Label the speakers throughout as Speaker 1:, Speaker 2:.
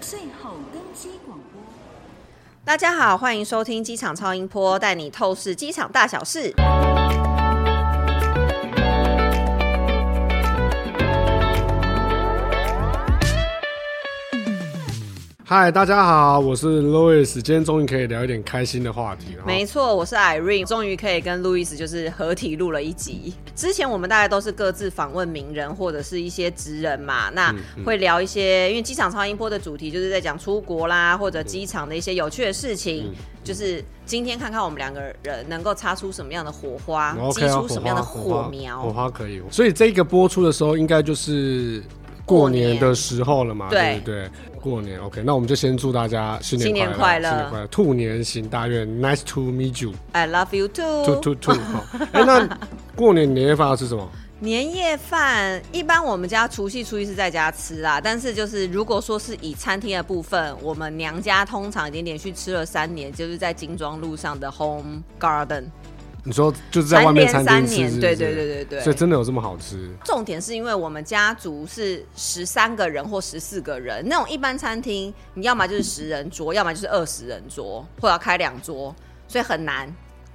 Speaker 1: 最后登机广播。
Speaker 2: 大家好，欢迎收听机场超音波，带你透视机场大小事。
Speaker 3: 嗨，大家好，我是 Louis，今天终于可以聊一点开心的话题了哦哈。
Speaker 2: 没错，我是 Irene，终于可以跟路易斯就是合体录了一集。之前我们大概都是各自访问名人或者是一些职人嘛，
Speaker 3: 嗯
Speaker 2: 那会聊一些，因为机场超音波的主题就是在讲出国啦，或者
Speaker 3: 嗯
Speaker 2: 机场的一些有趣的事情。就是今天看看我们两个人能够擦出什么样的火花，
Speaker 3: OK
Speaker 2: 激
Speaker 3: 啊，
Speaker 2: 出什么样的
Speaker 3: 火
Speaker 2: 火
Speaker 3: 花
Speaker 2: 苗。
Speaker 3: 火花可以。所以这个播出的时候，应该就是过年的时候了嘛，
Speaker 2: 过
Speaker 3: 对
Speaker 2: 年
Speaker 3: 不对？过年 OK，那我们就先祝大家新
Speaker 2: 新
Speaker 3: 年
Speaker 2: 年快
Speaker 3: 快乐，
Speaker 2: 乐
Speaker 3: 新年快乐，兔年行大运，Nice to meet you，to
Speaker 2: I love you too。
Speaker 3: to to。好，哎，那过年年夜饭要吃什么？
Speaker 2: 年夜饭一般我们家除夕、初一是在家吃啦，但是就是如果说是以餐厅的部分，我们娘家通常已经连续吃了三年，就是在金庄路上的 Home Garden，
Speaker 3: 你说就是在外面餐厅
Speaker 2: 三
Speaker 3: 吃，
Speaker 2: 年三年
Speaker 3: 是不是
Speaker 2: 对对对对对
Speaker 3: 所以真的有这么好吃？
Speaker 2: 重点是因为我们家族是十三个人或十四个人，那种一般餐厅，你要么就是十人桌，要么就是二十人桌，或者要开两桌，所以很难。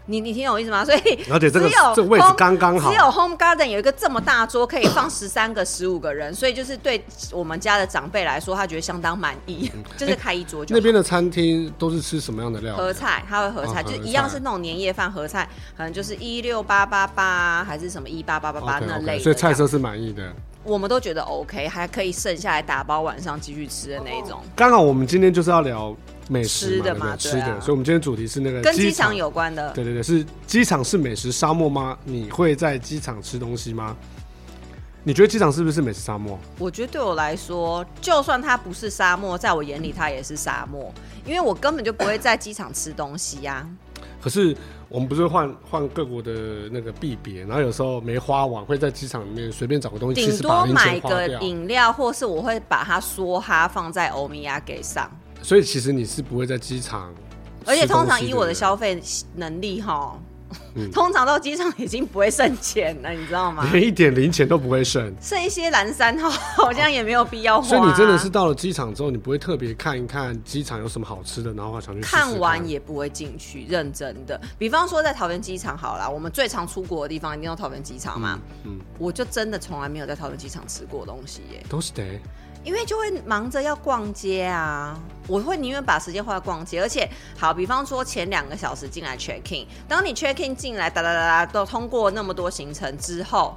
Speaker 2: 你你听我意思吗？所以
Speaker 3: 而且这个
Speaker 2: 只有
Speaker 3: 这个位置
Speaker 2: home-
Speaker 3: 刚刚好
Speaker 2: 只有 Home Garden 有一个这么大桌可以放十三个、十五个人，所以就是对我们家的长辈来说，他觉得相当满意， 就是开一桌就好。
Speaker 3: 嗯那边的餐厅都是吃什么样的料理？
Speaker 2: 合菜，他会合菜，
Speaker 3: 哦
Speaker 2: 就
Speaker 3: 合
Speaker 2: 一样
Speaker 3: 菜
Speaker 2: 是那种年夜饭合菜，可能就是一六八八八还是什么一八八八八
Speaker 3: OK，
Speaker 2: 那
Speaker 3: OK，
Speaker 2: 类的这样。
Speaker 3: 所以菜色是满意的。
Speaker 2: 我们都觉得 OK，还可以剩下来打包晚上继续吃的那一种，
Speaker 3: 刚好我们今天就是要聊美食
Speaker 2: 吃的嘛
Speaker 3: 对不对吃
Speaker 2: 对啊
Speaker 3: 的，所以我们今天主题是那个
Speaker 2: 跟机场。有关的。
Speaker 3: 对对对，是机场是美食沙漠吗？你会在机场吃东西吗？你觉得机场是不是美食沙漠？
Speaker 2: 我觉得对我来说，就算它不是沙漠，在我眼里它也是沙漠，因为我根本就不会在机场吃东西啊呀、
Speaker 3: 可是我们不是换换各国的那个币别，然后有时候没花完，会在机场里面随便找个东西，其
Speaker 2: 顶
Speaker 3: 实把
Speaker 2: 多
Speaker 3: 零
Speaker 2: 买
Speaker 3: 钱花
Speaker 2: 个
Speaker 3: 掉。
Speaker 2: 饮料，或是我会把它梭哈放在欧米亚给上。
Speaker 3: 所以其实你是不会在机场吃东西
Speaker 2: 而
Speaker 3: 的
Speaker 2: 且
Speaker 3: 人，
Speaker 2: 通常以我的消费能力哈，
Speaker 3: 嗯
Speaker 2: 通常到机场已经不会剩钱了，你知 道吗？
Speaker 3: 连一点零钱都不会剩。
Speaker 2: 剩一些蓝山哈，好像也没有必要花、啊
Speaker 3: 所以你真的是到了机场之后，你不会特别看一看机场有什么好吃的，然后想去试试
Speaker 2: 看完也不会进去，认真的。比方说在桃园机场好啦，我们最常出国的地方一定要桃园机场嘛。嗯，我就真的从来没有在桃园机场吃过东西耶，
Speaker 3: 都是得。
Speaker 2: 因为就会忙着要逛街啊。我会宁愿把时间花在逛街，而且好，比方说前两个小时进来 check in，当你 check in 进来，哒哒哒哒，都通过那么多行程之后，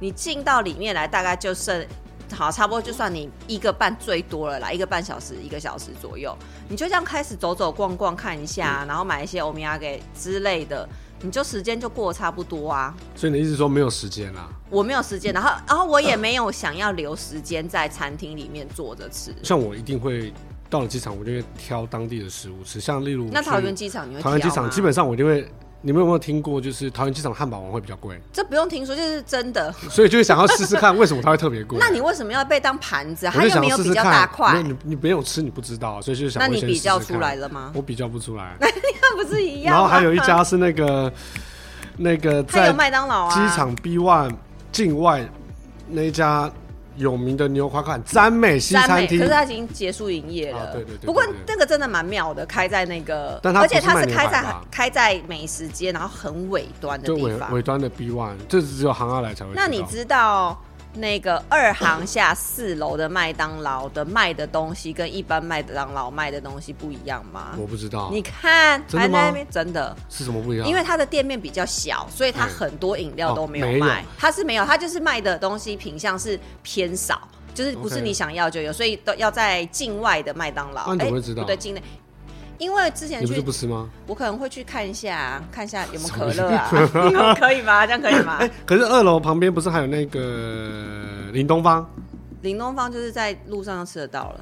Speaker 2: 你进到里面来，大概就剩。好，差不多就算你一个半最多了啦，一个半小时、一个小时左右，你就这样开始走走逛逛看一下，然后买一些欧米茄之类的，你就时间就过得差不多啊。
Speaker 3: 所以你的意思是说没有时间啦？
Speaker 2: 我没有时间，然后然后我也没有想要留时间在餐厅里面坐着吃。
Speaker 3: 像我一定会到了机场，我就会挑当地的食物吃。像例如
Speaker 2: 那
Speaker 3: 去
Speaker 2: 桃园机场你会
Speaker 3: 桃园
Speaker 2: 挑
Speaker 3: 机场
Speaker 2: 吗
Speaker 3: 基本上我一定会，你们有没有听过？就是桃园机场汉堡王会比较贵，
Speaker 2: 这不用听说，就是真的。
Speaker 3: 所以就会想要试试看为什么它会特别贵。 啊
Speaker 2: 那你为什么要被当盘子？
Speaker 3: 我
Speaker 2: 它
Speaker 3: 就
Speaker 2: 又
Speaker 3: 想
Speaker 2: 没
Speaker 3: 要
Speaker 2: 有比
Speaker 3: 试试
Speaker 2: 较大
Speaker 3: 看，没
Speaker 2: 块
Speaker 3: 有，你你没有吃你不知道，啊所以就想
Speaker 2: 那
Speaker 3: 会
Speaker 2: 你
Speaker 3: 先
Speaker 2: 比
Speaker 3: 试试
Speaker 2: 较
Speaker 3: 看
Speaker 2: 出来了吗
Speaker 3: 我比较不出来。
Speaker 2: 那不是一样
Speaker 3: 然
Speaker 2: 吗？
Speaker 3: 后还有一家是那个那个
Speaker 2: 它
Speaker 3: 在
Speaker 2: 有麦当劳啊，
Speaker 3: 机场 B One 境外那一家有名的牛扒馆詹美西
Speaker 2: 三
Speaker 3: 餐
Speaker 2: 美，
Speaker 3: 厅
Speaker 2: 可是，它已经结束营业了。
Speaker 3: 啊对对对对
Speaker 2: 不过
Speaker 3: 对对
Speaker 2: 那个真的蛮妙的，开在那个，
Speaker 3: 但它
Speaker 2: 而且
Speaker 3: 不是
Speaker 2: 它
Speaker 3: 卖
Speaker 2: 是
Speaker 3: 牛
Speaker 2: 开
Speaker 3: 排
Speaker 2: 在
Speaker 3: 吧
Speaker 2: 开在美食街，然后很尾端的
Speaker 3: 就尾
Speaker 2: 地方
Speaker 3: 尾。端的 B One，这只有行阿来才会。
Speaker 2: 那你知道？那个二行下四楼的麦当劳的卖的东西跟一般麦当劳卖的东西不一样吗？
Speaker 3: 我不知道
Speaker 2: 你看，
Speaker 3: 哦真的
Speaker 2: 还在那
Speaker 3: 吗
Speaker 2: 边真的，
Speaker 3: 是什么不一样？
Speaker 2: 因为它的店面比较小，所以它很多饮料都没有
Speaker 3: 嗯哦没
Speaker 2: 卖
Speaker 3: 有。
Speaker 2: 它是没有，它就是卖的东西品相是偏少，就是不是
Speaker 3: OK
Speaker 2: 你想要就有，所以都要在境外的麦当劳。
Speaker 3: 那你怎
Speaker 2: 哎
Speaker 3: 么会知道
Speaker 2: 不对，境内。因为之前
Speaker 3: 你不是
Speaker 2: 去
Speaker 3: 不，吃吗？
Speaker 2: 我可能会去看一下啊，看一下有没有
Speaker 3: 什
Speaker 2: 可
Speaker 3: 么意思
Speaker 2: 乐啊，你们 可以吗？这样可以吗？
Speaker 3: 哎可是二楼旁边不是还有那个林东方？
Speaker 2: 林东方就是在路上就吃得到了，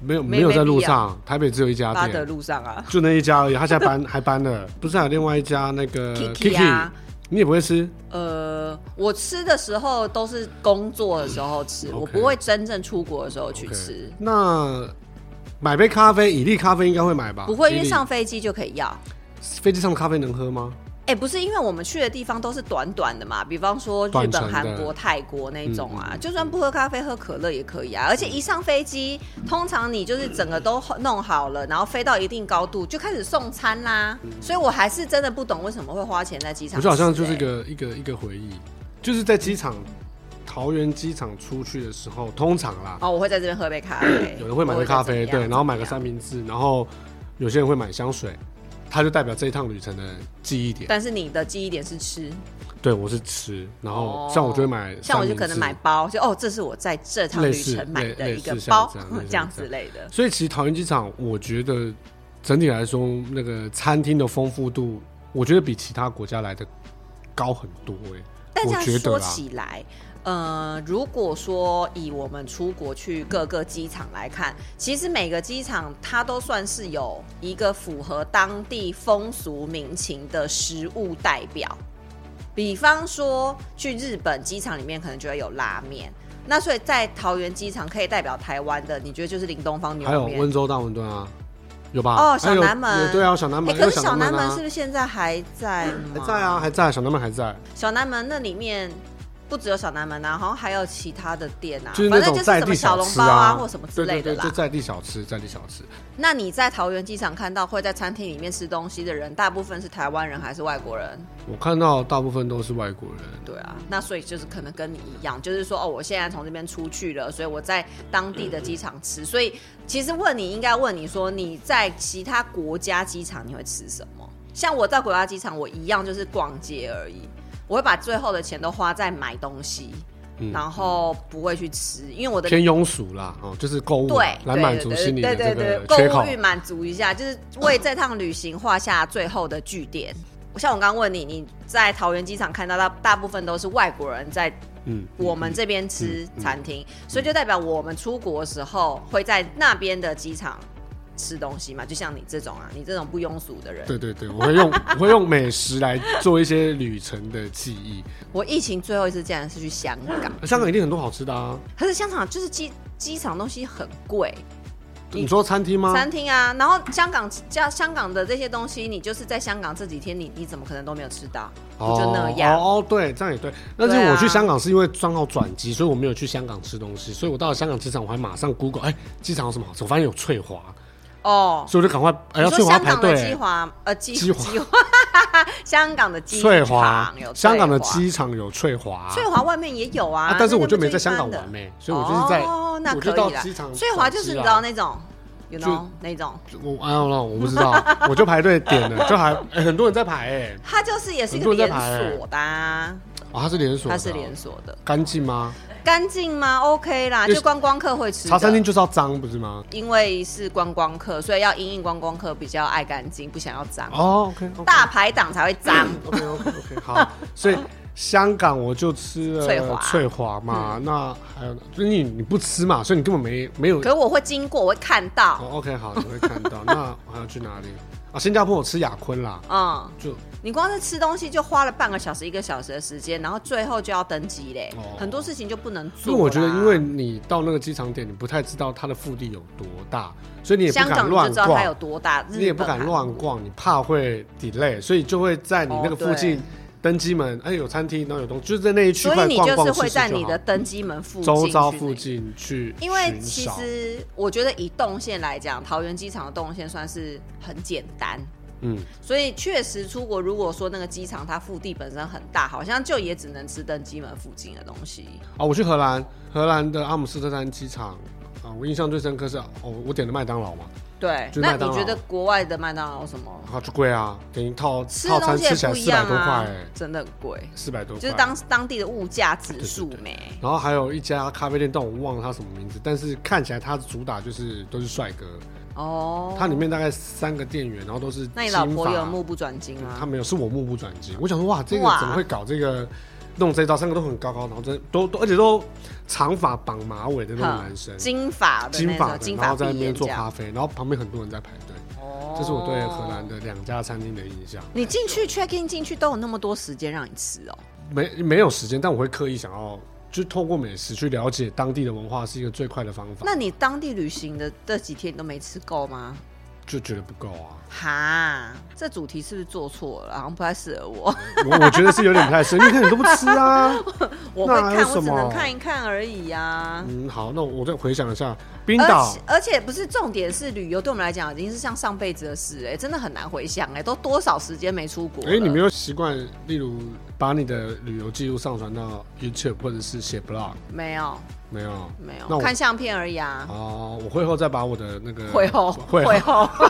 Speaker 3: 没有
Speaker 2: 没
Speaker 3: 没有在路
Speaker 2: 没必要
Speaker 3: 上，台北只有一家
Speaker 2: 八德
Speaker 3: 店，
Speaker 2: 路上啊
Speaker 3: 就那一家而已。他现在搬还搬 了，不是还有另外一家那个
Speaker 2: Kiki 啊
Speaker 3: 你也不会吃？
Speaker 2: 呃，我吃的时候都是工作的时候吃，我
Speaker 3: 嗯 OK
Speaker 2: 不会真正出国的时候去
Speaker 3: OK
Speaker 2: 吃，
Speaker 3: 那买杯咖啡，以利咖啡应该会买吧？
Speaker 2: 不会，因
Speaker 3: 伊
Speaker 2: 为
Speaker 3: 利
Speaker 2: 上飞机就可以要。
Speaker 3: 飞机上咖啡能喝吗？
Speaker 2: 哎、不是，因为我们去的地方都是短短的嘛，比方说日
Speaker 3: 短程
Speaker 2: 本、
Speaker 3: 的
Speaker 2: 韩国、泰国那种
Speaker 3: 嗯
Speaker 2: 啊，就算不喝咖啡，喝可乐也可以啊。而且一上飞机，通常你就是整个都弄好了，然后飞到一定高度就开始送餐啦。所以我还是真的不懂为什么会花钱在机场
Speaker 3: 我
Speaker 2: 吃、
Speaker 3: 觉得好像嗯就是一
Speaker 2: 哎
Speaker 3: 个一个一个回忆，就是在机场桃园机场出去的时候，通常啦，，
Speaker 2: 哦，我会在这边喝杯咖啡
Speaker 3: 有人会买
Speaker 2: 我
Speaker 3: 个咖
Speaker 2: 再
Speaker 3: 啡，
Speaker 2: 怎么
Speaker 3: 对，
Speaker 2: 样
Speaker 3: 然后买个
Speaker 2: 怎么样
Speaker 3: 三明治，然后有些人会买香水，它就代表这一趟旅程的记忆点。
Speaker 2: 但是你的记忆点是吃，
Speaker 3: 对我是吃，然后
Speaker 2: 哦
Speaker 3: 像我就会买，
Speaker 2: 像我就可能买。包，就哦，这是我在这趟
Speaker 3: 类
Speaker 2: 旅
Speaker 3: 似
Speaker 2: 程买
Speaker 3: 类
Speaker 2: 的
Speaker 3: 类
Speaker 2: 一个
Speaker 3: 似像
Speaker 2: 包
Speaker 3: 这样类似，
Speaker 2: 这样
Speaker 3: 像这
Speaker 2: 之类的。
Speaker 3: 所以其实桃园机场，我觉得整体来说，那个餐厅的丰富度，我觉得比其他国家来的高很多哎、
Speaker 2: 但这
Speaker 3: 我
Speaker 2: 样
Speaker 3: 觉得
Speaker 2: 说
Speaker 3: 啦，
Speaker 2: 起来，呃，如果说以我们出国去各个机场来看，其实每个机场它都算是有一个符合当地风俗民情的食物代表。比方说，去日本机场里面可能就会有拉面，那所以在桃园机场可以代表台湾的，你觉得就是林东方
Speaker 3: 还有
Speaker 2: 牛面
Speaker 3: 温。州大馄饨啊，有吧？
Speaker 2: 哦小
Speaker 3: 还有
Speaker 2: 南门
Speaker 3: 有对啊，小南
Speaker 2: 哎、
Speaker 3: 门，
Speaker 2: 可
Speaker 3: 有
Speaker 2: 是小南
Speaker 3: 南
Speaker 2: 门
Speaker 3: 啊
Speaker 2: 是不是现在还在吗？
Speaker 3: 还在啊，还在，小南门还在，
Speaker 2: 小南门那里面不只有小南门啊，好像还有其他的店啊，
Speaker 3: 就是那
Speaker 2: 反正
Speaker 3: 种
Speaker 2: 就是
Speaker 3: 在
Speaker 2: 什么
Speaker 3: 地
Speaker 2: 小
Speaker 3: 小
Speaker 2: 笼
Speaker 3: 吃
Speaker 2: 包啊
Speaker 3: 啊，
Speaker 2: 或什么之类的
Speaker 3: 对对
Speaker 2: 啦
Speaker 3: 对，就。在地小吃，在地小吃。
Speaker 2: 那你在桃园机场看到会在餐厅里面吃东西的人，大部分是台湾人还是外国人？
Speaker 3: 我看到大部分都是外国人，
Speaker 2: 对啊，那所以就是可能跟你一样，就是说哦，我现在从这边出去了，所以我在当地的机场吃。所以其实问你应该问你说你在其他国家机场你会吃什么？像我在国家机场，我一样就是逛街而已，我会把最后的钱都花在买东西，
Speaker 3: 嗯
Speaker 2: 然后不会去吃，因为我的
Speaker 3: 偏庸俗啦，哦，就是购物
Speaker 2: 对
Speaker 3: 啦来满足心里的
Speaker 2: 对对
Speaker 3: 这个
Speaker 2: 对
Speaker 3: 缺
Speaker 2: 对，购
Speaker 3: 口
Speaker 2: 物。欲满足一下，就是为这趟旅行画下最后的句点。像我刚刚问你，你在桃园机场看到大大部分都是外国人在
Speaker 3: 嗯，
Speaker 2: 我们这边吃餐厅，所以就代表我们出国的时候会在那边的机场吃东西嘛。就像你这种啊，你这种不庸俗的人，
Speaker 3: 对对对，我会用 我会用美食来做一些旅程的记忆。
Speaker 2: 我疫情最后一次竟然是去香港，
Speaker 3: 香港一定很多好吃的啊！
Speaker 2: 可是香港就是机机场东西很贵，你
Speaker 3: 你说餐厅吗？
Speaker 2: 餐厅啊，然后香港加香港的这些东西，你就是在香港这几天你，你怎么可能都没有吃到？
Speaker 3: 哦
Speaker 2: 我就那样。
Speaker 3: 哦哦，对，这样也对。但是
Speaker 2: 对啊
Speaker 3: 我去香港是因为刚好转机，所以我没有去香港吃东西，所以我到了香港机场，我还马上 Google，哎，机场有什么好吃？我发现有翠华，
Speaker 2: 哦，
Speaker 3: 所以我就赶快，
Speaker 2: 你
Speaker 3: 哎，要
Speaker 2: 说
Speaker 3: 翠华
Speaker 2: 香
Speaker 3: 排
Speaker 2: 港的
Speaker 3: 队
Speaker 2: 鸡。华，呃，鸡
Speaker 3: 鸡华
Speaker 2: 华， 香港的鸡
Speaker 3: 翠华
Speaker 2: 场有，
Speaker 3: 香港的
Speaker 2: 翠华，
Speaker 3: 机场有翠华，
Speaker 2: 翠华外面也有啊，
Speaker 3: 啊但是
Speaker 2: 那
Speaker 3: 我就
Speaker 2: 就
Speaker 3: 没
Speaker 2: 一
Speaker 3: 在香港
Speaker 2: 般的
Speaker 3: 玩呗，所以我就是在，
Speaker 2: 哦，那
Speaker 3: 我
Speaker 2: 可
Speaker 3: 就
Speaker 2: 以
Speaker 3: 到
Speaker 2: 啦
Speaker 3: 机场。啊
Speaker 2: 翠华就是你知道，那种，有 you
Speaker 3: 就
Speaker 2: know 那种，
Speaker 3: 我哎呦，我不知道， 我就排队 点了，就还、哎很多人在排哎、
Speaker 2: 它就是也是一个
Speaker 3: 很多
Speaker 2: 连
Speaker 3: 人在排
Speaker 2: 锁的、啊，
Speaker 3: 哦，它是连锁的
Speaker 2: 它
Speaker 3: 哦，
Speaker 2: 是连锁的，
Speaker 3: 干净吗？
Speaker 2: 干净吗？OK 啦，
Speaker 3: 因为
Speaker 2: 就观光客会吃的。
Speaker 3: 茶餐厅就是要脏不是吗？
Speaker 2: 因为是观光客，所以要因应观光客比较爱干净，不想要脏。
Speaker 3: 哦，OK，, o k
Speaker 2: 大排档才会 脏。
Speaker 3: OK OK OK 好，所以香港我就吃了
Speaker 2: 翠华嗯
Speaker 3: 翠华嘛，那还有就你你不吃嘛，所以你根本没没有。
Speaker 2: 可是我会经过，我会看到。
Speaker 3: 哦，OK 好，你会看到。那我还要去哪里啊？新加坡我吃雅坤啦，
Speaker 2: 嗯，
Speaker 3: 就
Speaker 2: 你光是吃东西就花了半个小时、一个小时的时间，然后最后就要登机嘞，
Speaker 3: 哦
Speaker 2: 很多事情就不啊能做
Speaker 3: 因为
Speaker 2: 啦。
Speaker 3: 我觉得，因为你到那个机场点，你不太知道它的腹地有多大，所以你也不
Speaker 2: 香
Speaker 3: 敢
Speaker 2: 港你就
Speaker 3: 乱
Speaker 2: 知道它有
Speaker 3: 逛，
Speaker 2: 多大，
Speaker 3: 你也不敢乱
Speaker 2: 日啊
Speaker 3: 逛，你怕会 delay，所以就会在你那个
Speaker 2: 哦
Speaker 3: 附近登机门，哎，有餐厅，然后有东西，就是在那一区
Speaker 2: 本，所
Speaker 3: 块
Speaker 2: 以你
Speaker 3: 逛
Speaker 2: 就是
Speaker 3: 逛
Speaker 2: 会
Speaker 3: 吃吃
Speaker 2: 在
Speaker 3: 就
Speaker 2: 你
Speaker 3: 好
Speaker 2: 的登机门附近、
Speaker 3: 周遭附。近去寻找，
Speaker 2: 因为其实我觉得以动线来讲，桃园机场的动线算是很简单，
Speaker 3: 嗯，
Speaker 2: 所以确实出国，如果说那个机场它腹地本身很大，好像就也只能吃登机门附近的东西。
Speaker 3: 啊，我去荷兰，荷兰的阿姆斯特丹机场啊，我印象最深刻是哦，我点的麦当劳嘛，
Speaker 2: 对，
Speaker 3: 就是
Speaker 2: 那
Speaker 3: 麦当
Speaker 2: 你
Speaker 3: 劳
Speaker 2: 觉得国外的麦当劳有什么？
Speaker 3: 啊，就贵啊，等于套
Speaker 2: 吃
Speaker 3: 套
Speaker 2: 的
Speaker 3: 餐
Speaker 2: 东西也
Speaker 3: 吃起来
Speaker 2: 不一
Speaker 3: 四百
Speaker 2: 样
Speaker 3: 多块、
Speaker 2: 啊
Speaker 3: 哎，
Speaker 2: 真的很贵，
Speaker 3: 四百多块，
Speaker 2: 就是当当地的物价指数
Speaker 3: 对对
Speaker 2: 没。
Speaker 3: 然后还有一家咖啡店，但我忘了它什么名字，但是看起来它主打就是都是帅哥，
Speaker 2: 哦，
Speaker 3: 它里面大概三个店员，然后都是
Speaker 2: 那你老
Speaker 3: 金
Speaker 2: 婆
Speaker 3: 发
Speaker 2: 有目不转睛
Speaker 3: 他
Speaker 2: 吗？
Speaker 3: 没有，是我目不转睛。我想说，哇，这个
Speaker 2: 哇
Speaker 3: 怎么会搞这个？弄这一招，三个都很高高，然后真都都，而且都长发绑马尾的那种
Speaker 2: 哼
Speaker 3: 男生，
Speaker 2: 金发的
Speaker 3: 金
Speaker 2: 那
Speaker 3: 发
Speaker 2: 种，
Speaker 3: 的，
Speaker 2: 金
Speaker 3: 然
Speaker 2: 发
Speaker 3: 后在那
Speaker 2: 碧
Speaker 3: 边
Speaker 2: 眼这
Speaker 3: 做
Speaker 2: 样。
Speaker 3: 咖啡，然后旁边很多人在排队。
Speaker 2: 哦
Speaker 3: 这是我对荷兰。的两家餐厅的印象。
Speaker 2: 你进去 check in 进去都有那么多时间让你吃哦。
Speaker 3: 没没有时间，但我会刻意想要，就透过美食去了解当地的文化，是一个最快的方法。
Speaker 2: 那你当地旅行的这几天你都没吃够吗？
Speaker 3: 就觉得不够啊。
Speaker 2: 哈，这主题是不是做错了？好像不太适合 我。
Speaker 3: 我我觉得是有点不太适合，你看你都不吃啊。
Speaker 2: 我会
Speaker 3: 那还有
Speaker 2: 看，我只
Speaker 3: 什么
Speaker 2: 能看一看而已啊。
Speaker 3: 嗯，好，那我再回想一下，冰
Speaker 2: 而
Speaker 3: 岛
Speaker 2: 且而且不是重点是旅游，对我们来讲已经是像上辈子的事哎、真的很难回想哎、都多少时间没出国了？
Speaker 3: 哎、你没有习惯，例如把你的旅游记录上传到 YouTube 或者是写 blog
Speaker 2: 没有
Speaker 3: 没有？
Speaker 2: 没
Speaker 3: 那
Speaker 2: 有
Speaker 3: 我
Speaker 2: 看相片而已啊。
Speaker 3: 哦，我会后再把我的那个
Speaker 2: 会后
Speaker 3: 嗯会
Speaker 2: 会
Speaker 3: 后
Speaker 2: 后，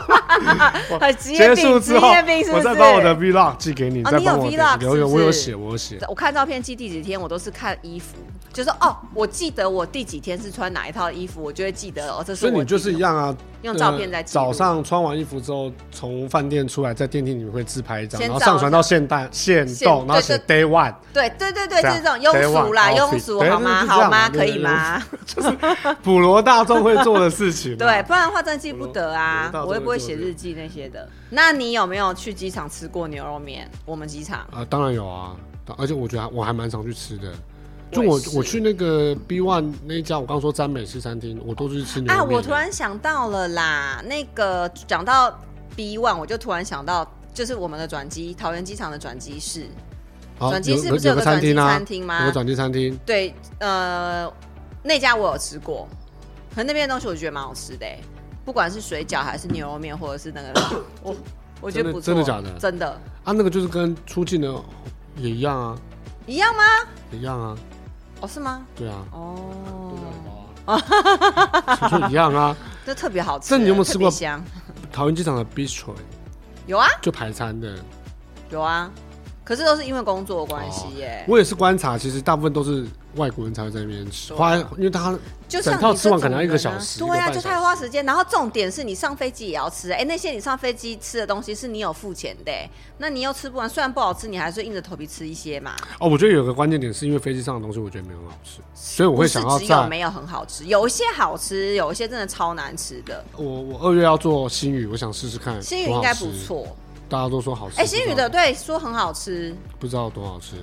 Speaker 2: 很职业
Speaker 3: 结束
Speaker 2: 病，职
Speaker 3: 之后
Speaker 2: 业病是不
Speaker 3: 我
Speaker 2: 是？
Speaker 3: 再把我的 vlog 寄给你，
Speaker 2: 哦
Speaker 3: 再
Speaker 2: 你有
Speaker 3: 帮我
Speaker 2: vlog
Speaker 3: 留言。
Speaker 2: 是不
Speaker 3: 我有
Speaker 2: 是
Speaker 3: 写，我有写。
Speaker 2: 我看照片寄第几天，我都是看衣服，就说哦，我记得我第几天是穿哪一套衣服，我就会记得哦，这是
Speaker 3: 所
Speaker 2: 我
Speaker 3: 以你就是一样啊，
Speaker 2: 用
Speaker 3: 呃
Speaker 2: 照片在记录
Speaker 3: 早上穿完衣服之后，从饭店出来，在电梯里面会自拍一张，
Speaker 2: 先
Speaker 3: 然后
Speaker 2: 照
Speaker 3: 上传到现代现
Speaker 2: 现
Speaker 3: 动，然
Speaker 2: 对
Speaker 3: 后写
Speaker 2: 对
Speaker 3: day one，
Speaker 2: 对对对对，
Speaker 3: 这
Speaker 2: 就
Speaker 3: 样
Speaker 2: 是这种庸俗啦，
Speaker 3: Day one
Speaker 2: 庸
Speaker 3: outfit，
Speaker 2: 俗
Speaker 3: 对
Speaker 2: 好吗？
Speaker 3: 就是这样
Speaker 2: 好吗？
Speaker 3: 嘛
Speaker 2: 可以
Speaker 3: 对
Speaker 2: 吗？
Speaker 3: 普罗大众会做的事情啊。
Speaker 2: 对，不然的话真的记不得
Speaker 3: 我
Speaker 2: 啊
Speaker 3: 知道，
Speaker 2: 我又不会
Speaker 3: 这个
Speaker 2: 写
Speaker 3: 就是
Speaker 2: 日记那些的。那你有没有去机场吃过牛肉面？我们机场
Speaker 3: 啊，当然有啊，而且我觉得还我还蛮常去吃的。就
Speaker 2: 我也
Speaker 3: 我
Speaker 2: 是
Speaker 3: 我去那个 B One 那一家，我刚说詹美式餐厅，我都是吃牛
Speaker 2: 啊，
Speaker 3: 肉面的
Speaker 2: 我突然想到了啦，那个讲到 B One，我就突然想到，就是我们的转机，桃园机场的转机室，
Speaker 3: 啊
Speaker 2: 转机
Speaker 3: 有
Speaker 2: 是
Speaker 3: 有
Speaker 2: 不是有
Speaker 3: 个
Speaker 2: 个
Speaker 3: 餐
Speaker 2: 转机
Speaker 3: 厅啊？
Speaker 2: 餐厅吗
Speaker 3: 有个转机餐厅，
Speaker 2: 对，呃，那家我有吃过，可那边的东西我觉得蛮好吃的、欸，不管是水饺还是牛肉面，或者是 那个，我我觉得
Speaker 3: 真的
Speaker 2: 不错，
Speaker 3: 真的假的
Speaker 2: 真的
Speaker 3: 啊，那个就是跟出境的也一样啊，
Speaker 2: 一样吗？
Speaker 3: 一样啊，
Speaker 2: 哦，是吗？
Speaker 3: 对啊，
Speaker 2: 哦，
Speaker 3: 就一样啊。
Speaker 2: 这特别好吃，
Speaker 3: 这你有没有吃
Speaker 2: 特别
Speaker 3: 过
Speaker 2: 香，
Speaker 3: 桃园机场的 Bistro
Speaker 2: 有啊，
Speaker 3: 就排餐的，
Speaker 2: 有啊，可是都是因为工作的关系耶、
Speaker 3: 哦我也是观察，其实大部分都是外国人才会在那边吃，
Speaker 2: 对啊
Speaker 3: 花，因为他
Speaker 2: 就像
Speaker 3: 整
Speaker 2: 你
Speaker 3: 套吃
Speaker 2: 这种
Speaker 3: 完可能要一个
Speaker 2: 人啊
Speaker 3: 小时，
Speaker 2: 对
Speaker 3: 一
Speaker 2: 啊，
Speaker 3: 个半
Speaker 2: 就
Speaker 3: 小
Speaker 2: 太
Speaker 3: 时
Speaker 2: 花时间。然后重点是你上飞机也要吃，哎、那些你上飞机吃的东西是你有付钱的、哎那你又吃不完，虽然不好吃，你还是硬着头皮吃一些嘛。
Speaker 3: 哦，我觉得有个关键点是因为飞机上的东西，我觉得没有很好吃，所以我会想要
Speaker 2: 不是只有
Speaker 3: 在
Speaker 2: 没有很好吃，有一些好吃，有一些真的超难吃的。
Speaker 3: 我我二月要做新宇，我想试试看。
Speaker 2: 新宇
Speaker 3: 多好
Speaker 2: 应该不
Speaker 3: 吃，
Speaker 2: 错，
Speaker 3: 大家都说好吃。
Speaker 2: 哎、
Speaker 3: 不知道
Speaker 2: 新宇的对说很好吃，
Speaker 3: 不知道多好吃。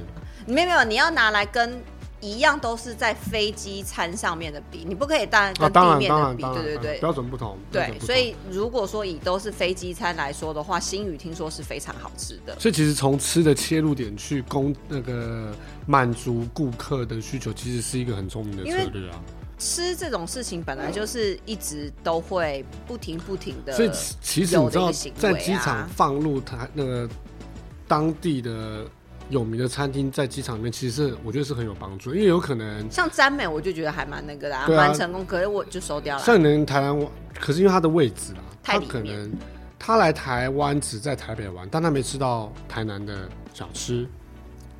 Speaker 2: 没有没有，你要拿来跟一样都是在飞机餐上面的比，你不可以当然
Speaker 3: 啊，
Speaker 2: 跟
Speaker 3: 当
Speaker 2: 地
Speaker 3: 然
Speaker 2: 面
Speaker 3: 当
Speaker 2: 的
Speaker 3: 然
Speaker 2: 比，
Speaker 3: 当然，
Speaker 2: 对
Speaker 3: 当然
Speaker 2: 对对
Speaker 3: 标准不同。标准
Speaker 2: 对，
Speaker 3: 不同
Speaker 2: 所以如果说以都是飞机餐来说的话，新宇听说是非常好吃的。
Speaker 3: 所以其实从吃的切入点去供那个满足顾客的需求，其实是一个很聪明的
Speaker 2: 因为
Speaker 3: 策略啊。
Speaker 2: 吃这种事情本来就是一直都会不停不停的，
Speaker 3: 所以其其实
Speaker 2: 呃有
Speaker 3: 你知
Speaker 2: 的一
Speaker 3: 道
Speaker 2: 个行，为啊
Speaker 3: 在机场放入它那个当地的有名的餐厅，在机场里面，其实是我觉得是很有帮助，因为有可能
Speaker 2: 像詹美我就觉得还蛮那个的、啊，
Speaker 3: 对啊
Speaker 2: 蛮、成功，可是我就收掉了。
Speaker 3: 像你能台湾玩，可是因为它的位置啊，
Speaker 2: 太
Speaker 3: 他
Speaker 2: 里
Speaker 3: 可
Speaker 2: 面
Speaker 3: 能他来台湾只在台北玩，但他没吃到台南的小吃，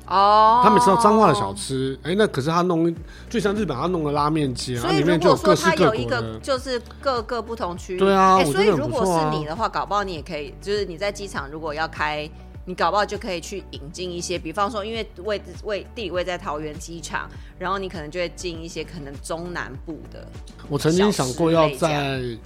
Speaker 2: 哦，
Speaker 3: 他没吃到彰化的小吃。哎、那可是他弄一，就像日本他弄个拉面街，
Speaker 2: 所
Speaker 3: 啊
Speaker 2: 以
Speaker 3: 里
Speaker 2: 如
Speaker 3: 面
Speaker 2: 果
Speaker 3: 就有
Speaker 2: 说
Speaker 3: 各式
Speaker 2: 它
Speaker 3: 各
Speaker 2: 有一
Speaker 3: 国
Speaker 2: 个
Speaker 3: 的。
Speaker 2: 就是各个不同区域，
Speaker 3: 对啊
Speaker 2: 哎
Speaker 3: 我觉
Speaker 2: 所
Speaker 3: 得
Speaker 2: 以
Speaker 3: 很
Speaker 2: 如
Speaker 3: 不
Speaker 2: 果
Speaker 3: 错啊
Speaker 2: 是你的话，搞不好你也可以，就是你在机场如果要开，你搞不好就可以去引进一些，比方说因为位置位地理位在桃园机场，然后你可能就会进一些可能中南部的，
Speaker 3: 我曾经想过
Speaker 2: 小
Speaker 3: 要
Speaker 2: 吃类这
Speaker 3: 在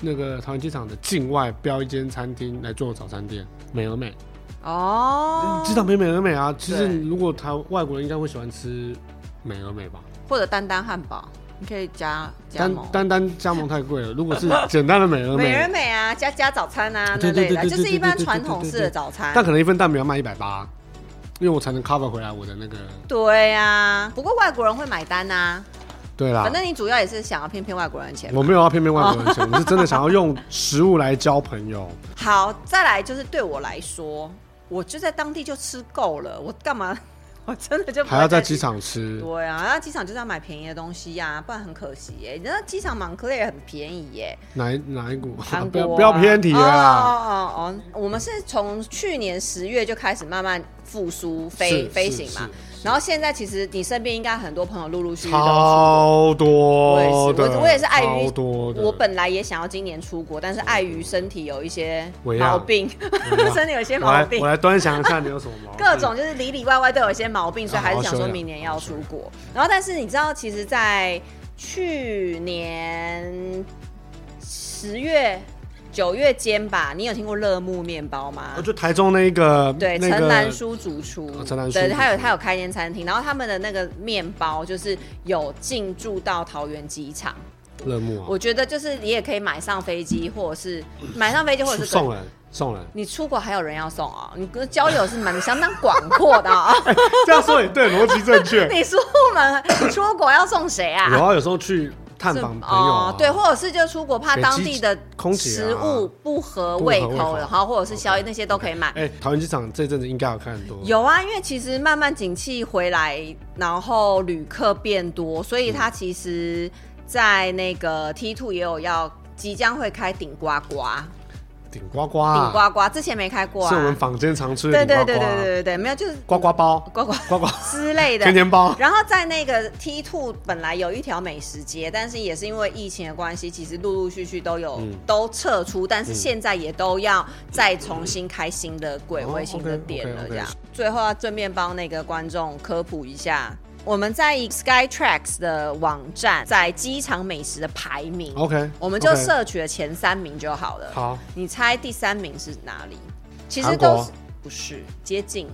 Speaker 3: 那个桃园机场的境外标一间餐厅来做早餐店，美而美。
Speaker 2: 哦，
Speaker 3: 机场没美而美啊，其
Speaker 2: 对
Speaker 3: 实如果台外国人应该会喜欢吃美而美吧。
Speaker 2: 或者丹丹汉堡，你可以加加
Speaker 3: 单
Speaker 2: 盟。
Speaker 3: 单单加盟太贵了，如果 是简单的美而
Speaker 2: 美
Speaker 3: 美
Speaker 2: 人美啊，加加早餐啊那
Speaker 3: 对对
Speaker 2: 类的啊，
Speaker 3: 对对
Speaker 2: 就是
Speaker 3: 对
Speaker 2: 一
Speaker 3: 对
Speaker 2: 般
Speaker 3: 对
Speaker 2: 传
Speaker 3: 对
Speaker 2: 统
Speaker 3: 对
Speaker 2: 式
Speaker 3: 对
Speaker 2: 的早餐。
Speaker 3: 但可能一份蛋饼要卖一百八，因为我才能 cover 回来我的那个。
Speaker 2: 对啊，不过外国人会买单呐、
Speaker 3: 对啊啦
Speaker 2: 反，正你哦主要也是想要骗骗外国人的钱嘛。
Speaker 3: 我没有要骗骗外国人钱，我是真的想要用食物来交 朋友。
Speaker 2: 好，再来就是对我来说，我就在当地就吃够了，我干嘛？我真的就不
Speaker 3: 还
Speaker 2: 会
Speaker 3: 要
Speaker 2: 再
Speaker 3: 在
Speaker 2: 去
Speaker 3: 机。场吃，
Speaker 2: 对啊，那机场就是要买便宜的东西呀、不然很可惜耶、那机场芒克也很便宜耶、
Speaker 3: 哪一哪一股？
Speaker 2: 韩
Speaker 3: 不
Speaker 2: 国啊、
Speaker 3: 要不要偏题了啦。
Speaker 2: 哦哦哦哦，我们是从去年十月就开始慢慢复苏
Speaker 3: 是
Speaker 2: 飞
Speaker 3: 是
Speaker 2: 飞行嘛
Speaker 3: 是，是
Speaker 2: 然后现在其实你身边应该很多朋友陆陆续续都。
Speaker 3: 超多
Speaker 2: 我也
Speaker 3: 的
Speaker 2: 是，我我也是碍于
Speaker 3: 超多的。
Speaker 2: 我本来也想要今年出国，但是碍于身体有一些
Speaker 3: 我一样
Speaker 2: 毛病，
Speaker 3: 我一样
Speaker 2: 身体有一些
Speaker 3: 啊我
Speaker 2: 毛
Speaker 3: 来
Speaker 2: 病
Speaker 3: 我，来端详一下你有什么毛 病。
Speaker 2: 各种就是里里外外都有一些毛病，所以
Speaker 3: 啊
Speaker 2: 还是
Speaker 3: 好好
Speaker 2: 想
Speaker 3: 修
Speaker 2: 说
Speaker 3: 养
Speaker 2: 明年
Speaker 3: 好
Speaker 2: 要
Speaker 3: 好
Speaker 2: 出
Speaker 3: 修养
Speaker 2: 国。然后，但是你知道，其实，在去年十月、九月间吧，你有听过乐木面包吗
Speaker 3: 哦，？就台中那一个
Speaker 2: 对，
Speaker 3: 那
Speaker 2: 陈
Speaker 3: 个
Speaker 2: 兰书主厨
Speaker 3: 哦，陈兰书
Speaker 2: 对，
Speaker 3: 主
Speaker 2: 他有
Speaker 3: 厨
Speaker 2: 他有开一间餐厅，然后他们的那个面包就是有进驻到桃园机场。
Speaker 3: 乐木啊，
Speaker 2: 我觉得就是你也可以买上飞机，或者是买上飞机，或者是
Speaker 3: 送人送人，
Speaker 2: 你出国还有人要送啊、你跟交友是蛮相当广阔的 啊、
Speaker 3: 这样说也对，逻辑 正确。
Speaker 2: 你出门出国要送谁啊？
Speaker 3: 有啊，有时候去探
Speaker 2: 是
Speaker 3: 访朋友啊
Speaker 2: 哦，对，或者是就出国怕
Speaker 3: 给
Speaker 2: 当
Speaker 3: 机
Speaker 2: 地的
Speaker 3: 空姐
Speaker 2: 食
Speaker 3: 啊
Speaker 2: 物不合
Speaker 3: 不合
Speaker 2: 胃
Speaker 3: 胃
Speaker 2: 口，
Speaker 3: 口
Speaker 2: 然后或者是宵夜那些都可以买。
Speaker 3: 哎、桃园机场这阵子应该有看很多，
Speaker 2: 有啊，因为其实慢慢景气回来，然后旅客变多，所以
Speaker 3: 嗯
Speaker 2: 它其实，在那个 T two 也有要即将会开顶呱呱，
Speaker 3: 顶呱呱啊，
Speaker 2: 顶呱呱之前没开过啊，
Speaker 3: 是我们坊间常吃的
Speaker 2: 对
Speaker 3: 顶
Speaker 2: 对
Speaker 3: 呱呱啊，
Speaker 2: 对对对对对，没有就是
Speaker 3: 呱呱包，
Speaker 2: 呱呱
Speaker 3: 呱呱
Speaker 2: 之类的
Speaker 3: 甜甜包，
Speaker 2: 然后在那个 T two 本来有一条美食街，但是也是因为疫情的关系，其实陆陆续续都有、
Speaker 3: 嗯
Speaker 2: 都撤出，但是现在也都要再重新开新的柜位、
Speaker 3: 哦
Speaker 2: 新的
Speaker 3: OK，OK，
Speaker 2: 店了。
Speaker 3: OK
Speaker 2: 这样，最后要顺便帮那个观众科普一下。我们在 Skytrax 的网站，在机场美食的排名
Speaker 3: OK，
Speaker 2: 我们就
Speaker 3: OK
Speaker 2: 摄取了前三名就好了。
Speaker 3: 好，
Speaker 2: 你猜第三名是哪里？其实
Speaker 3: 韩
Speaker 2: 都
Speaker 3: 国
Speaker 2: 是不是接近，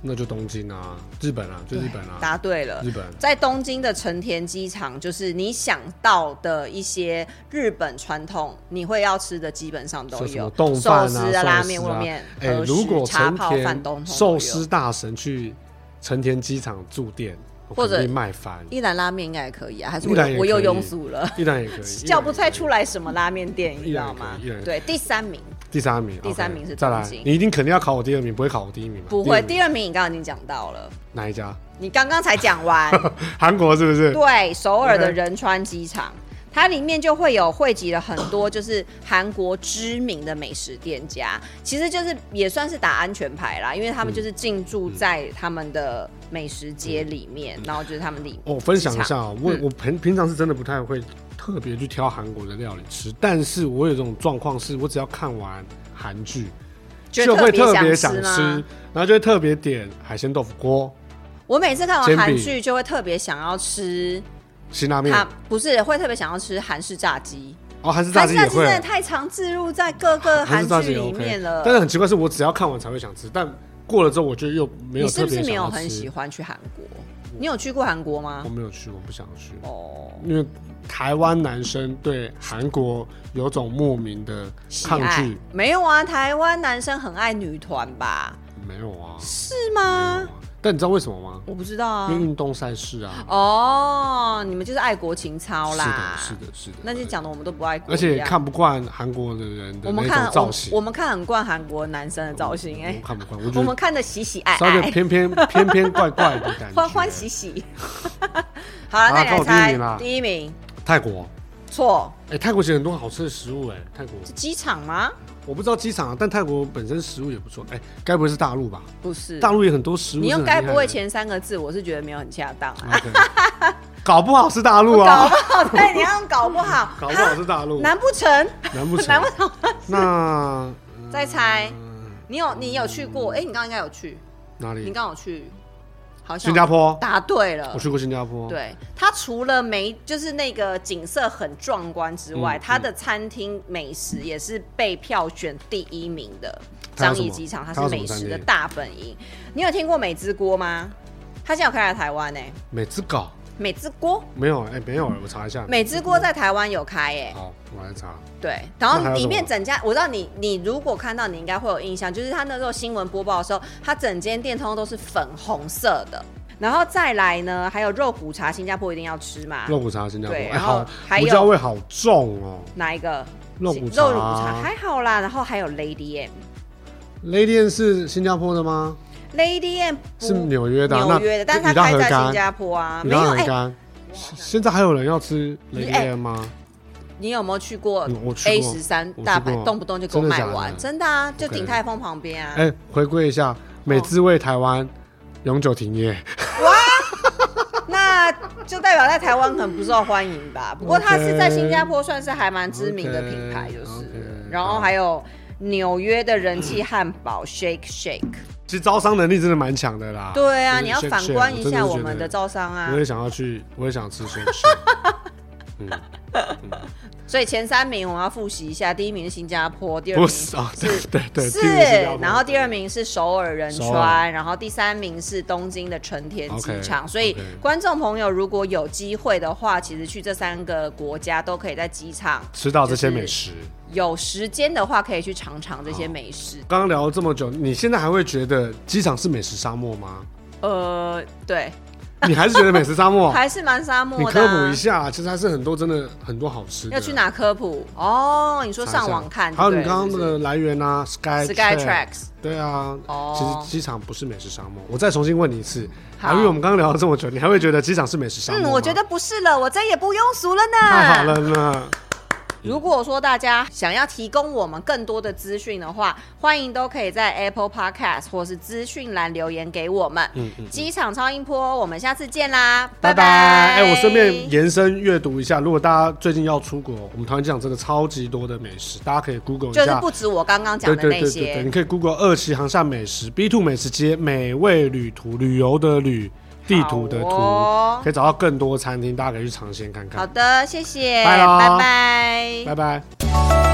Speaker 3: 那就东京啊，日本啊，就日本啊，
Speaker 2: 答对了。
Speaker 3: 日本
Speaker 2: 在东京的成田机场，就是你想到的一些日本传统，你会要吃的基本上都
Speaker 3: 说什么
Speaker 2: 有，
Speaker 3: 冻
Speaker 2: 寿
Speaker 3: 饭啊、
Speaker 2: 司
Speaker 3: 寿司
Speaker 2: 拉面、乌龙面、
Speaker 3: 哎、
Speaker 2: 和食
Speaker 3: 如果
Speaker 2: 茶
Speaker 3: 成
Speaker 2: 泡饭都
Speaker 3: 田
Speaker 2: 通
Speaker 3: 寿司大神去成田机场驻店，我
Speaker 2: 或者
Speaker 3: 肯定卖翻，
Speaker 2: 一兰拉面应该也可以啊，还是
Speaker 3: 一兰也
Speaker 2: 我
Speaker 3: 可以
Speaker 2: 我又庸俗了，
Speaker 3: 依然也可以，
Speaker 2: 叫不太出
Speaker 3: 来。
Speaker 2: 来什么拉面店，你知
Speaker 3: 一兰
Speaker 2: 道
Speaker 3: 也可以
Speaker 2: 吗
Speaker 3: 一兰也可？以
Speaker 2: 对，第三名
Speaker 3: 第三名，
Speaker 2: 第三
Speaker 3: OK，
Speaker 2: 名是
Speaker 3: 再来
Speaker 2: 东，京
Speaker 3: 你一定肯定要考我第二名，不会考我第一名吧？
Speaker 2: 不会，第
Speaker 3: 第二名
Speaker 2: 二名你刚刚已经讲到了，
Speaker 3: 哪一家？
Speaker 2: 你刚刚才讲 完，
Speaker 3: 韩国是不是？
Speaker 2: 对，首尔的
Speaker 3: OK
Speaker 2: 仁川机场。它里面就会有汇集了很多就是韩国知名的美食店家，其实就是也算是打安全牌啦，因为他们就是进驻在他们的美食街里面，然后就是他们里
Speaker 3: 我、嗯分享一
Speaker 2: 机
Speaker 3: 下啊、我、我平平常是真的不太会特别去挑韩国的料理吃，但是我有一种状况是，我只要看完韩剧，
Speaker 2: 觉
Speaker 3: 就
Speaker 2: 得
Speaker 3: 会特别
Speaker 2: 别
Speaker 3: 想
Speaker 2: 吃
Speaker 3: 吃
Speaker 2: 吗？，
Speaker 3: 然后就会特别点海鲜豆腐锅、
Speaker 2: 我每次看完
Speaker 3: 煎饼
Speaker 2: 韩剧就会特别想要吃，
Speaker 3: 辛拉面，
Speaker 2: 它不是会特别想要吃韩式炸鸡，
Speaker 3: 哦，韩式炸
Speaker 2: 韩
Speaker 3: 鸡
Speaker 2: 式
Speaker 3: 也
Speaker 2: 炸鸡
Speaker 3: 会
Speaker 2: 真，的太常置入在各个
Speaker 3: 韩
Speaker 2: 韩
Speaker 3: 式炸鸡
Speaker 2: 剧
Speaker 3: 也
Speaker 2: 里
Speaker 3: OK
Speaker 2: 面。了。
Speaker 3: 但是很奇怪，是我只要看完才会想吃，但过了之后我就又没有
Speaker 2: 你是
Speaker 3: 特
Speaker 2: 不
Speaker 3: 别
Speaker 2: 是
Speaker 3: 想
Speaker 2: 没有
Speaker 3: 要
Speaker 2: 很喜
Speaker 3: 吃。
Speaker 2: 欢去啊韩国？你有去过韩国吗
Speaker 3: 我？没有去，我不想去，
Speaker 2: 哦，
Speaker 3: 因为台湾男生对韩国有种莫名的
Speaker 2: 喜
Speaker 3: 抗
Speaker 2: 爱
Speaker 3: 拒，
Speaker 2: 没有啊，台湾男生很爱女团吧？
Speaker 3: 没有啊。
Speaker 2: 是吗？
Speaker 3: 但你知道为什么吗？
Speaker 2: 我不知道
Speaker 3: 因
Speaker 2: 啊
Speaker 3: 为。运动赛事啊，
Speaker 2: 哦，你们就是爱国情操哦啦。
Speaker 3: 是的，是的，是的。
Speaker 2: 那就，讲的我们都不爱国
Speaker 3: 而
Speaker 2: 一样，
Speaker 3: 且看不惯韩国的人的
Speaker 2: 我
Speaker 3: 那
Speaker 2: 们看
Speaker 3: 种造型，
Speaker 2: 我，我们看很惯韩国男生的造型哎、
Speaker 3: 我看不惯，我觉
Speaker 2: 我们
Speaker 3: 得
Speaker 2: 看的喜喜爱
Speaker 3: 稍微
Speaker 2: 爱，
Speaker 3: 偏偏偏偏怪怪的感 觉。
Speaker 2: 欢欢喜喜。好了，那
Speaker 3: 好啦
Speaker 2: 你来
Speaker 3: 看我第一名啦
Speaker 2: 猜第一名，
Speaker 3: 泰国，
Speaker 2: 错，
Speaker 3: 哎，泰国其实很多好吃的食物，哎，泰国
Speaker 2: 是机场吗？
Speaker 3: 我不知道机场啊，但泰国本身食物也不错，哎，该不会是大陆吧？
Speaker 2: 不是，
Speaker 3: 大陆也很多食物
Speaker 2: 你
Speaker 3: 是很
Speaker 2: 用
Speaker 3: 厉害的，
Speaker 2: 该不会前三个字，我是觉得没有很恰当、啊。
Speaker 3: OK，搞不好是大陆
Speaker 2: 搞
Speaker 3: 啊，
Speaker 2: 不好，对，你要用搞不好，
Speaker 3: 搞不好是大陆，
Speaker 2: 难不成？
Speaker 3: 难不
Speaker 2: 难
Speaker 3: 成
Speaker 2: 不？成
Speaker 3: 那呃
Speaker 2: 再猜？你有你有去过？哎、你刚刚应该有去，
Speaker 3: 哪
Speaker 2: 你
Speaker 3: 里？
Speaker 2: 刚刚有去，好像
Speaker 3: 新加坡，
Speaker 2: 答对了
Speaker 3: 我。去过新加坡，
Speaker 2: 对，它除了美就是那个景色很壮观之外，
Speaker 3: 嗯
Speaker 2: 它的餐厅美食也是被票选第一名的。
Speaker 3: 它有
Speaker 2: 樟
Speaker 3: 什么
Speaker 2: 宜机场，它
Speaker 3: 它
Speaker 2: 是
Speaker 3: 有什么
Speaker 2: 美食的
Speaker 3: 餐厅
Speaker 2: 大本营。你有听过美之锅吗？它现在有开来台湾呢、
Speaker 3: 每次搞
Speaker 2: 美之锅，
Speaker 3: 没有，哎，没有，我查一下。
Speaker 2: 美之锅在台湾有开耶、
Speaker 3: 好，我来查。
Speaker 2: 对，然
Speaker 3: 那还
Speaker 2: 后
Speaker 3: 有
Speaker 2: 里
Speaker 3: 什
Speaker 2: 面
Speaker 3: 么
Speaker 2: 整家，我知道你，你如果看到，你应该会有印象，就是他那时候新闻播报的时候，它整间店通通都是粉红色的。然后再来呢，还有肉骨茶，新加坡一定要吃嘛。
Speaker 3: 肉骨茶新加坡，
Speaker 2: 对
Speaker 3: 哎，
Speaker 2: 然后
Speaker 3: 好，
Speaker 2: 还有
Speaker 3: 胡椒味好重哦。
Speaker 2: 哪一个？
Speaker 3: 肉骨茶
Speaker 2: 肉骨茶还好啦。然后还有 Lady
Speaker 3: Lady N 是新加坡的吗？
Speaker 2: M，Lady M 不
Speaker 3: 是纽约的啊，
Speaker 2: 嗯纽
Speaker 3: 那
Speaker 2: 约的，但是它
Speaker 3: 与它
Speaker 2: 开
Speaker 3: 何
Speaker 2: 在
Speaker 3: 干
Speaker 2: 新加坡啊。
Speaker 3: 与
Speaker 2: 没有
Speaker 3: 它
Speaker 2: 哎
Speaker 3: 很、干。现在还有人要吃 Lady
Speaker 2: 哎
Speaker 3: N 吗？
Speaker 2: 你有没有去过
Speaker 3: 嗯我去
Speaker 2: A
Speaker 3: 过
Speaker 2: 十三
Speaker 3: 我去
Speaker 2: 大阪
Speaker 3: 过，
Speaker 2: 动不动就给我
Speaker 3: 真的
Speaker 2: 卖
Speaker 3: 假的
Speaker 2: 完？真的啊，就
Speaker 3: OK
Speaker 2: 鼎泰丰旁边啊。哦
Speaker 3: 哎，回归一下，美滋味台湾永久停业。
Speaker 2: 那就代表在台湾很不受欢迎 吧。不过它是在新加坡算是还蛮知名的品牌，就是了。
Speaker 3: OK，OK，
Speaker 2: 然后还有纽约的人气汉堡 Shake Shake。
Speaker 3: 其实招商能力真的蛮强的啦。
Speaker 2: 对啊，
Speaker 3: 就是
Speaker 2: 你要
Speaker 3: shake
Speaker 2: 反
Speaker 3: shake，
Speaker 2: 观一
Speaker 3: 真
Speaker 2: 下
Speaker 3: 是
Speaker 2: 我
Speaker 3: 觉
Speaker 2: 们
Speaker 3: 得
Speaker 2: 的招商啊
Speaker 3: 我。也想要去，我也想吃鲜吃。
Speaker 2: 所以前三名我们要复习一下，第一名是新加坡，第二
Speaker 3: 不
Speaker 2: 名
Speaker 3: 是啊，对对对，
Speaker 2: 是
Speaker 3: 第五新加坡
Speaker 2: 然后第二名是首尔仁
Speaker 3: 首尔
Speaker 2: 川，然后第三名是东京的成田机
Speaker 3: OK，
Speaker 2: 场。所以
Speaker 3: OK
Speaker 2: 观众朋友如果有机会的话，其实去这三个国家都可以在机场
Speaker 3: 吃到这些
Speaker 2: 就是
Speaker 3: 美食。
Speaker 2: 有时间的话，可以去尝尝这
Speaker 3: 哦
Speaker 2: 些美食。
Speaker 3: 刚刚聊了这么久，你现在还会觉得机场是美食沙漠吗？
Speaker 2: 呃，对，
Speaker 3: 你还是觉得美食沙 漠？
Speaker 2: 还是蛮沙
Speaker 3: 哦你
Speaker 2: 漠的
Speaker 3: 科
Speaker 2: 啊、
Speaker 3: 普一下，其实还是很多真的很多好吃的。
Speaker 2: 要去？哪科普？哦，你说上网看，
Speaker 3: 还有
Speaker 2: 对
Speaker 3: 你
Speaker 2: 不对
Speaker 3: 刚刚那个来源啊，Sky
Speaker 2: 是不是 Sky Tracks，
Speaker 3: 对啊，
Speaker 2: 哦
Speaker 3: 其实机场不是美食沙漠。我再重新问你一次，
Speaker 2: 好
Speaker 3: 啊因为我们刚刚聊了这么久，你还会觉得机场是美食沙漠
Speaker 2: 嗯，
Speaker 3: 吗
Speaker 2: 我觉得嗯不是了，我再也不庸俗了呢。
Speaker 3: 太好了呢。
Speaker 2: 如果说大家想要提供我们更多的资讯的话，欢迎都可以在 Apple Podcast 或是资讯栏留言给我们。
Speaker 3: 嗯嗯，
Speaker 2: 机场超音波，我们下次见啦，拜
Speaker 3: 拜。哎、我顺便延伸阅读一下，如果大家最近要出国，我们台湾机场真的超级多的美食，大家可以 Google 一
Speaker 2: 就是
Speaker 3: 下。
Speaker 2: 不止我刚刚讲
Speaker 3: 对
Speaker 2: 的那
Speaker 3: 对对对对，
Speaker 2: 些
Speaker 3: 你，可以 Google 二期航厦美食 B Two 美食街美味旅途，旅游的旅，地图的图，
Speaker 2: 好哦
Speaker 3: 可以找到更多餐厅，大家可以去尝鲜看看。
Speaker 2: 好的，谢谢，
Speaker 3: 拜咯
Speaker 2: 拜拜
Speaker 3: 拜拜。
Speaker 2: 拜